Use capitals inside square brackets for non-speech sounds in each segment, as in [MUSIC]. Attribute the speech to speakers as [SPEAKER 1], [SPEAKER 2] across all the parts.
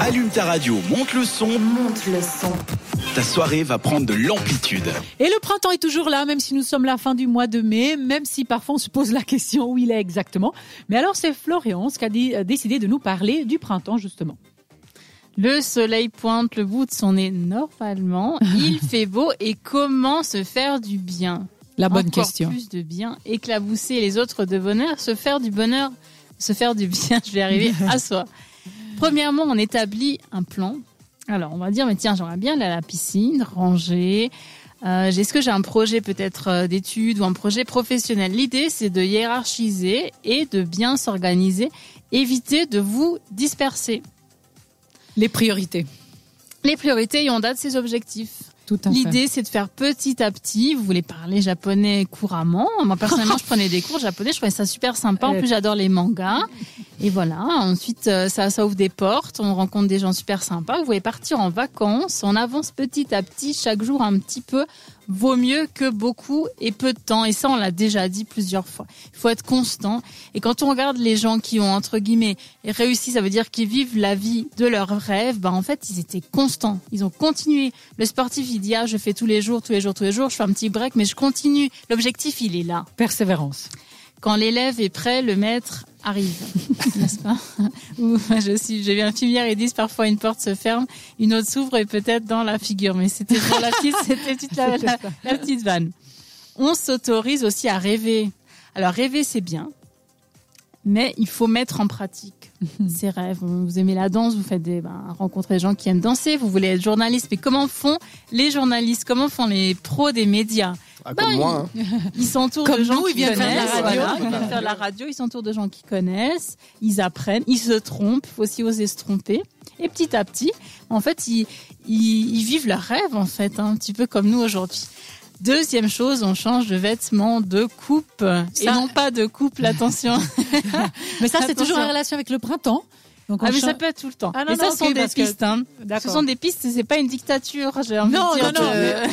[SPEAKER 1] Allume ta radio, monte le son,
[SPEAKER 2] Monte le son.
[SPEAKER 1] ta soirée va prendre de l'amplitude.
[SPEAKER 3] Et le printemps est toujours là, même si nous sommes la fin du mois de mai, même si parfois on se pose la question où il est exactement. Mais alors c'est Florian qui a dé- euh, décidé de nous parler du printemps justement.
[SPEAKER 4] Le soleil pointe le bout de son nez normalement.
[SPEAKER 3] [LAUGHS]
[SPEAKER 4] Il fait beau et comment se faire du bien
[SPEAKER 3] La bonne
[SPEAKER 4] Encore
[SPEAKER 3] question.
[SPEAKER 4] Plus de bien, éclabousser les autres de bonheur, se faire du bonheur, se faire du bien. [LAUGHS] Je vais arriver
[SPEAKER 3] [LAUGHS]
[SPEAKER 4] à soi. Premièrement, on établit un plan. Alors, on va dire, mais tiens, j'aimerais bien aller à la piscine, ranger. Euh, j'ai- Est-ce que j'ai un projet peut-être euh, d'études ou un projet professionnel L'idée, c'est de hiérarchiser et de bien s'organiser, éviter de vous disperser.
[SPEAKER 3] Les priorités.
[SPEAKER 4] Les priorités et on date ses objectifs.
[SPEAKER 3] Tout à fait.
[SPEAKER 4] L'idée, c'est de faire petit à petit. Vous voulez parler japonais couramment. Moi, personnellement,
[SPEAKER 3] [LAUGHS]
[SPEAKER 4] je prenais des cours de japonais. Je trouvais ça super sympa. En
[SPEAKER 3] Euh.
[SPEAKER 4] plus, j'adore les mangas. Et voilà. Ensuite, euh, ça, ça ouvre des portes. On rencontre des gens super sympas. Vous voulez partir en vacances. On avance petit à petit, chaque jour un petit peu. Vaut mieux que beaucoup et peu de temps. Et ça, on l'a déjà dit plusieurs fois. Il faut être constant. Et quand on regarde les gens qui ont, entre guillemets, réussi, ça veut dire qu'ils vivent la vie de leurs rêves, bah, en fait, ils étaient constants. Ils ont continué. Le sportif, il dit, ah, je fais tous les jours, tous les jours, tous les jours, je fais un petit break, mais je continue. L'objectif, il est là.
[SPEAKER 3] Persévérance.
[SPEAKER 4] Quand l'élève est prêt, le maître arrive. [LAUGHS] N'est-ce pas? Ou, je suis, j'ai vu un film hier, ils disent parfois une porte se ferme, une autre s'ouvre et peut-être dans la figure. Mais c'était pour la petite, [LAUGHS] c'était toute la, la- la petite vanne. On s'autorise aussi à rêver. Alors rêver, c'est bien, mais il faut mettre en pratique ces rêves. Vous aimez la danse, vous faites des ben, rencontrez des gens qui aiment danser, vous voulez être journaliste, mais comment font les journalistes Comment font les pros des médias
[SPEAKER 5] Ah,
[SPEAKER 4] Bah,
[SPEAKER 5] comme moi. hein.
[SPEAKER 4] Ils s'entourent
[SPEAKER 3] Comme
[SPEAKER 4] de gens
[SPEAKER 3] nous, ils
[SPEAKER 4] qui
[SPEAKER 3] viennent
[SPEAKER 4] connaissent.
[SPEAKER 3] faire de la radio.
[SPEAKER 4] voilà, ils viennent faire de la radio. Ils s'entourent de gens qui connaissent. Ils apprennent. Ils se trompent. Il faut aussi oser se tromper. Et petit à petit, en fait, ils, ils, ils vivent leur rêve, en fait, hein, un petit peu comme nous aujourd'hui. Deuxième chose, on change de vêtements, de coupe. et
[SPEAKER 3] Ça-
[SPEAKER 4] non pas de [LAUGHS] couple, attention.
[SPEAKER 3] Mais ça c'est
[SPEAKER 4] Attention.
[SPEAKER 3] toujours en relation avec le printemps. Donc on
[SPEAKER 4] ah, mais ça
[SPEAKER 3] change-
[SPEAKER 4] peut être tout le temps.
[SPEAKER 3] Ah, non,
[SPEAKER 4] et ça,
[SPEAKER 3] non,
[SPEAKER 4] ce sont
[SPEAKER 3] ok,
[SPEAKER 4] des
[SPEAKER 3] parce que-
[SPEAKER 4] pistes. hein. Ce
[SPEAKER 3] D'accord.
[SPEAKER 4] sont des pistes, c'est pas une dictature, j'ai envie
[SPEAKER 3] Non,
[SPEAKER 4] de dire.
[SPEAKER 3] non, non,
[SPEAKER 4] Euh,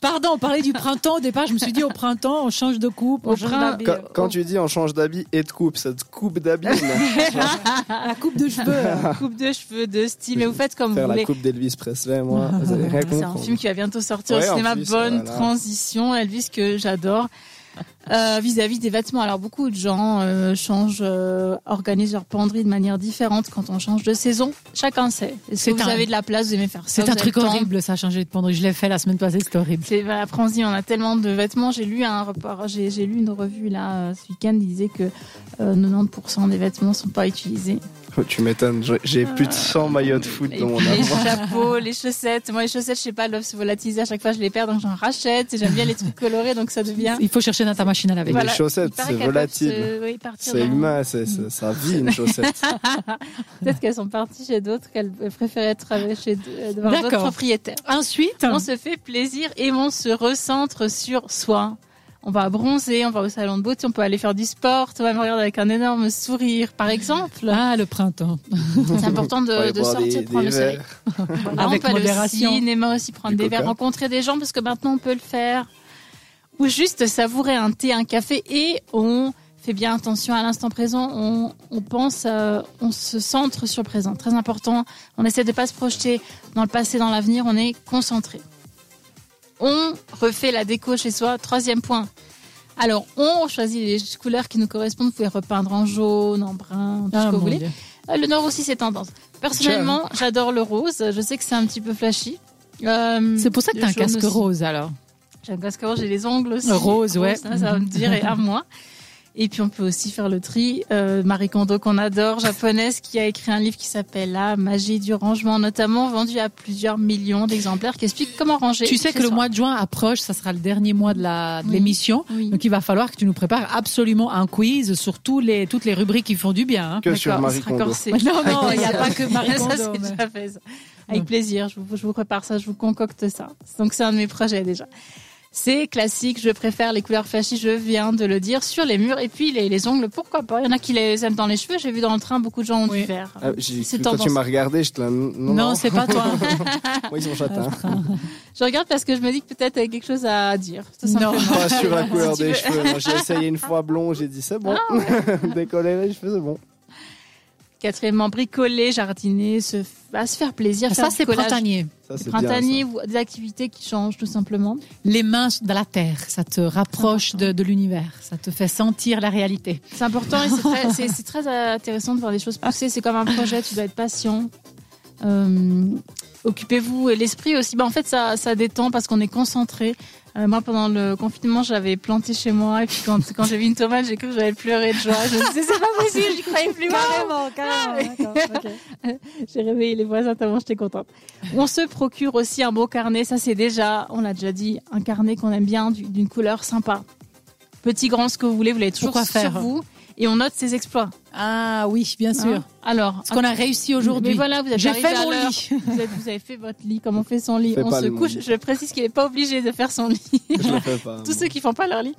[SPEAKER 3] Pardon, on parlait du printemps au départ. Je me suis dit au printemps on change de coupe, on
[SPEAKER 4] Au
[SPEAKER 3] change
[SPEAKER 4] prin-
[SPEAKER 3] d'habit.
[SPEAKER 5] Quand, quand tu dis on change d'habit et de coupe, ça te coupe d'habit.
[SPEAKER 4] [LAUGHS]
[SPEAKER 5] là.
[SPEAKER 3] la coupe de cheveux.
[SPEAKER 4] euh, coupe de cheveux, de style, mais vous faites comme vous
[SPEAKER 5] Faire la
[SPEAKER 4] voulez.
[SPEAKER 5] coupe d'Elvis Presley, moi, vous allez rien
[SPEAKER 4] Ah, C'est un
[SPEAKER 5] comprendre.
[SPEAKER 4] film qui va bientôt sortir
[SPEAKER 5] Ouais,
[SPEAKER 4] au
[SPEAKER 5] en
[SPEAKER 4] cinéma.
[SPEAKER 5] plus,
[SPEAKER 4] Bonne
[SPEAKER 5] voilà.
[SPEAKER 4] transition, Elvis que j'adore. Euh, Vis-à-vis des vêtements, alors beaucoup de gens euh, changent, euh, organisent leur penderie de manière différente quand on change de saison. Chacun sait. Est-ce
[SPEAKER 3] C'est
[SPEAKER 4] que vous
[SPEAKER 3] un-
[SPEAKER 4] avez de la place, vous aimez faire
[SPEAKER 3] [LAUGHS]
[SPEAKER 4] ça
[SPEAKER 3] C'est
[SPEAKER 4] vous
[SPEAKER 3] un
[SPEAKER 4] avez
[SPEAKER 3] truc
[SPEAKER 4] le temps
[SPEAKER 3] horrible ça changer de penderie. Je l'ai fait la semaine passée, c'était horrible.
[SPEAKER 4] c'est voilà, après on se dit, on a tellement de vêtements. J'ai lu un report, j'ai j'ai lu une revue là euh, ce week-end. Il disait que euh, 90% des vêtements sont pas utilisés.
[SPEAKER 5] Oh, tu m'étonnes, j'ai- j'ai plus de 100 maillots de foot
[SPEAKER 4] Ah. Et
[SPEAKER 5] dans mon
[SPEAKER 4] puis les
[SPEAKER 5] armoire.
[SPEAKER 4] chapeaux, les chaussettes. Moi les chaussettes, je sais pas, l'offre se volatiliser à chaque fois, je les perds donc j'en rachète. Et J'aime bien les trucs colorés donc ça devient.
[SPEAKER 3] Il faut chercher dans ta machine à laver.
[SPEAKER 4] Voilà.
[SPEAKER 5] Les chaussettes,
[SPEAKER 4] Il paraît
[SPEAKER 5] c'est
[SPEAKER 4] qu'elles peuvent
[SPEAKER 5] volatile.
[SPEAKER 4] se- oui, partir
[SPEAKER 5] C'est
[SPEAKER 4] dans-
[SPEAKER 5] humain, c'est- c'est- ça vit une chaussette.
[SPEAKER 4] Peut-être qu'elles sont parties chez d'autres, qu'elles préféraient être avec- chez euh, devant d'autres
[SPEAKER 3] D'accord.
[SPEAKER 4] propriétaires.
[SPEAKER 3] Ensuite,
[SPEAKER 4] On se fait plaisir et on se recentre sur soi. On va bronzer, on va au salon de beauté, on peut aller faire du sport, on va me regarder avec un énorme sourire, par exemple.
[SPEAKER 3] ah le printemps.
[SPEAKER 4] C'est important
[SPEAKER 5] Faut
[SPEAKER 4] de,
[SPEAKER 5] aller
[SPEAKER 4] de
[SPEAKER 5] boire
[SPEAKER 4] sortir,
[SPEAKER 5] des-
[SPEAKER 4] prendre
[SPEAKER 5] des
[SPEAKER 4] le soleil.
[SPEAKER 5] verres.
[SPEAKER 4] [LAUGHS] Voilà,
[SPEAKER 3] Avec
[SPEAKER 4] on peut
[SPEAKER 3] modération.
[SPEAKER 4] aller au cinéma aussi,
[SPEAKER 5] Du
[SPEAKER 4] prendre des
[SPEAKER 5] coca.
[SPEAKER 4] verres, rencontrer des gens, parce que maintenant on peut le faire. Ou juste savourer un thé, un café, et on fait bien attention à l'instant présent, on, on pense, euh, on se centre sur le présent. Très important, on essaie de pas se projeter dans le passé, dans l'avenir, on est concentré. On refait la déco chez soi, troisième point. Alors, on choisit les couleurs qui nous correspondent. Vous pouvez repeindre en jaune, en brun, tout ce
[SPEAKER 3] Ah,
[SPEAKER 4] que vous
[SPEAKER 3] mon
[SPEAKER 4] voulez.
[SPEAKER 3] Dieu.
[SPEAKER 4] Euh, Le noir aussi, c'est tendance. Personnellement, j'adore le rose. Je sais que c'est un petit peu flashy.
[SPEAKER 5] Mm.
[SPEAKER 4] Euh,
[SPEAKER 3] C'est pour ça que
[SPEAKER 4] le
[SPEAKER 3] t'as un
[SPEAKER 4] jaune
[SPEAKER 3] casque
[SPEAKER 4] aussi.
[SPEAKER 3] rose alors.
[SPEAKER 4] J'ai un casque rose, j'ai les ongles aussi.
[SPEAKER 3] Rose, ouais.
[SPEAKER 4] Ça, ça va me dire
[SPEAKER 3] [LAUGHS]
[SPEAKER 4] et à moi. Et puis on peut aussi faire le tri. Euh, Marie Kondo qu'on adore, japonaise, qui a écrit un livre qui s'appelle La magie du rangement, notamment vendu à plusieurs millions d'exemplaires, qui explique comment ranger.
[SPEAKER 3] Tu sais
[SPEAKER 4] chez
[SPEAKER 3] que le
[SPEAKER 4] soi.
[SPEAKER 3] mois de juin approche, ça sera le dernier mois de la- de
[SPEAKER 4] Oui. Mm.
[SPEAKER 3] l'émission.
[SPEAKER 4] Oui.
[SPEAKER 3] Donc il va falloir que tu nous prépares absolument un quiz sur tous les, toutes les rubriques qui font du bien. hein.
[SPEAKER 5] Que sur
[SPEAKER 4] D'accord,
[SPEAKER 5] Marie
[SPEAKER 4] on sera
[SPEAKER 5] Kondo.
[SPEAKER 4] corsé.
[SPEAKER 3] Non, non, il n'y a
[SPEAKER 4] plaisir.
[SPEAKER 3] pas que Marie
[SPEAKER 4] [LAUGHS] Ça,
[SPEAKER 3] Kondo,
[SPEAKER 4] c'est
[SPEAKER 3] mais-
[SPEAKER 4] déjà fait, ça. Avec plaisir, je vous, je vous prépare ça, je vous concocte ça. Donc, c'est un de mes projets déjà. C'est classique, je préfère les couleurs flashy, je viens de le dire, sur les murs. Et puis, les, les ongles, pourquoi pas Il y en a qui les aiment dans les cheveux, j'ai vu dans le train, beaucoup de gens ont
[SPEAKER 3] Oui.
[SPEAKER 4] du vert.
[SPEAKER 5] Ah, j'ai-
[SPEAKER 4] C'est
[SPEAKER 5] quand tu
[SPEAKER 4] tendance.
[SPEAKER 5] m'as regardé, je te l'ai. Non,
[SPEAKER 3] Non,
[SPEAKER 5] non,
[SPEAKER 3] c'est pas toi.
[SPEAKER 5] [LAUGHS] moi, ils sont châtains.
[SPEAKER 4] Ah, Je regarde parce que je me dis que peut-être il y a quelque chose à dire. tout
[SPEAKER 3] Non.
[SPEAKER 4] simplement.
[SPEAKER 5] Pas sur la
[SPEAKER 4] [LAUGHS] Si
[SPEAKER 5] couleur
[SPEAKER 4] tu
[SPEAKER 5] des hein.
[SPEAKER 4] veux. Ah,
[SPEAKER 5] [LAUGHS] cheveux. non. J'ai essayé une fois blond, j'ai dit c'est bon. Décollé, les cheveux, c'est bon.
[SPEAKER 4] Quatrièmement, bricoler, jardiner, se, bah, se faire plaisir.
[SPEAKER 3] Ça,
[SPEAKER 4] faire
[SPEAKER 3] c'est
[SPEAKER 4] du collage.
[SPEAKER 3] printanier.
[SPEAKER 5] Ça, c'est bien, ça.
[SPEAKER 4] Printanier, ou des activités qui changent tout simplement.
[SPEAKER 3] Les mains dans la terre, ça te rapproche de, de l'univers, ça te fait sentir la réalité.
[SPEAKER 4] C'est important et c'est très, c'est- c'est très intéressant de voir les choses pousser. C'est comme un projet, tu dois être patient. Euh, Occupez-vous et l'esprit aussi. Bah, en fait, ça, ça détend parce qu'on est concentré. Euh, moi, pendant le confinement, j'avais planté chez moi et puis quand, quand j'ai vu une tomate, j'ai cru que j'allais pleurer de joie. Je me disais, c'est pas possible, j'y croyais plus. Ah,
[SPEAKER 2] Carrément, carrément. d'accord, ok.
[SPEAKER 4] [LAUGHS] J'ai réveillé les voisins tellement j'étais contente. On se procure aussi un beau carnet, ça c'est déjà, on l'a déjà dit, un carnet qu'on aime bien, du- d'une couleur sympa. Petit, grand, ce que vous voulez, vous l'avez toujours
[SPEAKER 3] Pourquoi
[SPEAKER 4] sur
[SPEAKER 3] faire
[SPEAKER 4] vous. Et on note ses exploits.
[SPEAKER 3] Ah oui, bien sûr.
[SPEAKER 4] hein. Alors,
[SPEAKER 3] Ce qu'on a réussi aujourd'hui.
[SPEAKER 4] mais voilà, vous êtes
[SPEAKER 3] J'ai
[SPEAKER 4] arrivés
[SPEAKER 3] fait
[SPEAKER 4] à
[SPEAKER 3] mon
[SPEAKER 4] l'heure.
[SPEAKER 3] lit.
[SPEAKER 4] Vous, êtes- vous avez fait votre lit, comme on fait son lit.
[SPEAKER 5] Fais
[SPEAKER 4] on
[SPEAKER 5] pas
[SPEAKER 4] se
[SPEAKER 5] le
[SPEAKER 4] couche.
[SPEAKER 5] monde.
[SPEAKER 4] Je précise qu'il n'est pas obligé de faire son lit.
[SPEAKER 5] Je le fais pas.
[SPEAKER 4] Tous ceux qui font pas leur lit.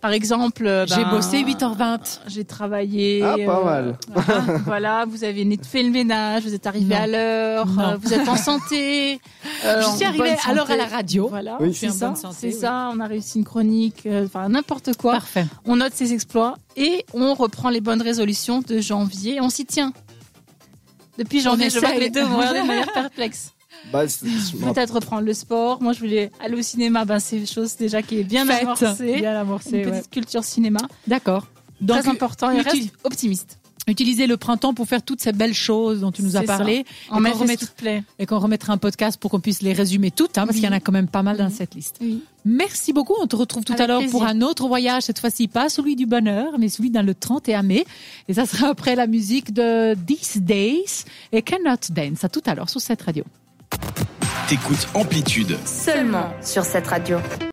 [SPEAKER 4] Par exemple, euh,
[SPEAKER 3] J'ai
[SPEAKER 4] ben,
[SPEAKER 3] bossé 8h20.
[SPEAKER 4] j'ai travaillé. euh,
[SPEAKER 5] Ah, pas mal.
[SPEAKER 4] Voilà, voilà, vous avez né- fait le ménage, vous êtes arrivé
[SPEAKER 3] Non.
[SPEAKER 4] à l'heure,
[SPEAKER 3] Non.
[SPEAKER 4] euh, vous êtes en santé. euh,
[SPEAKER 3] [LAUGHS]
[SPEAKER 4] en
[SPEAKER 3] Je suis arrivée
[SPEAKER 4] bonne santé.
[SPEAKER 3] alors à la radio.
[SPEAKER 4] Voilà,
[SPEAKER 5] Oui. Je
[SPEAKER 3] suis
[SPEAKER 4] c'est
[SPEAKER 3] en
[SPEAKER 4] ça,
[SPEAKER 3] bonne santé,
[SPEAKER 4] c'est
[SPEAKER 3] oui.
[SPEAKER 4] ça, on a réussi une chronique, euh, enfin n'importe quoi.
[SPEAKER 3] Parfait.
[SPEAKER 4] On note ses exploits et on reprend les bonnes résolutions de janvier. On s'y tient. Depuis janvier, je vois que
[SPEAKER 3] essaye.
[SPEAKER 4] les deux vont de manière perplexe.
[SPEAKER 5] Bah, c'est- je me rappelle-
[SPEAKER 4] Peut-être reprendre le sport. Moi, je voulais aller au cinéma. Ben, c'est chose déjà qui est bien
[SPEAKER 3] Fête.
[SPEAKER 4] amorcée.
[SPEAKER 3] Bien
[SPEAKER 4] Une
[SPEAKER 3] amorcée,
[SPEAKER 4] petite
[SPEAKER 3] ouais.
[SPEAKER 4] culture cinéma.
[SPEAKER 3] D'accord. Donc,
[SPEAKER 4] Très important. Et
[SPEAKER 3] uti-
[SPEAKER 4] reste optimiste.
[SPEAKER 3] utiliser le printemps pour faire toutes ces belles choses dont tu nous as
[SPEAKER 4] C'est ça.
[SPEAKER 3] parlé
[SPEAKER 4] En
[SPEAKER 3] Et
[SPEAKER 4] mai,
[SPEAKER 3] qu'on
[SPEAKER 4] fais ce
[SPEAKER 3] remette-
[SPEAKER 4] qui te plaît.
[SPEAKER 3] et qu'on remettra un podcast pour qu'on puisse les résumer toutes, hein, parce
[SPEAKER 4] Oui.
[SPEAKER 3] qu'il y en a quand même pas mal dans
[SPEAKER 4] Oui.
[SPEAKER 3] cette liste.
[SPEAKER 4] Oui.
[SPEAKER 3] Merci beaucoup. On te retrouve tout à
[SPEAKER 4] Avec
[SPEAKER 3] l'heure
[SPEAKER 4] plaisir.
[SPEAKER 3] pour un autre voyage, cette fois-ci pas celui du bonheur, mais celui dans le 31 mai. Et ça sera après la musique de These Days et Cannot Dance. À tout à l'heure sur cette radio.
[SPEAKER 1] T'écoutes Amplitude.
[SPEAKER 2] Seulement sur cette radio.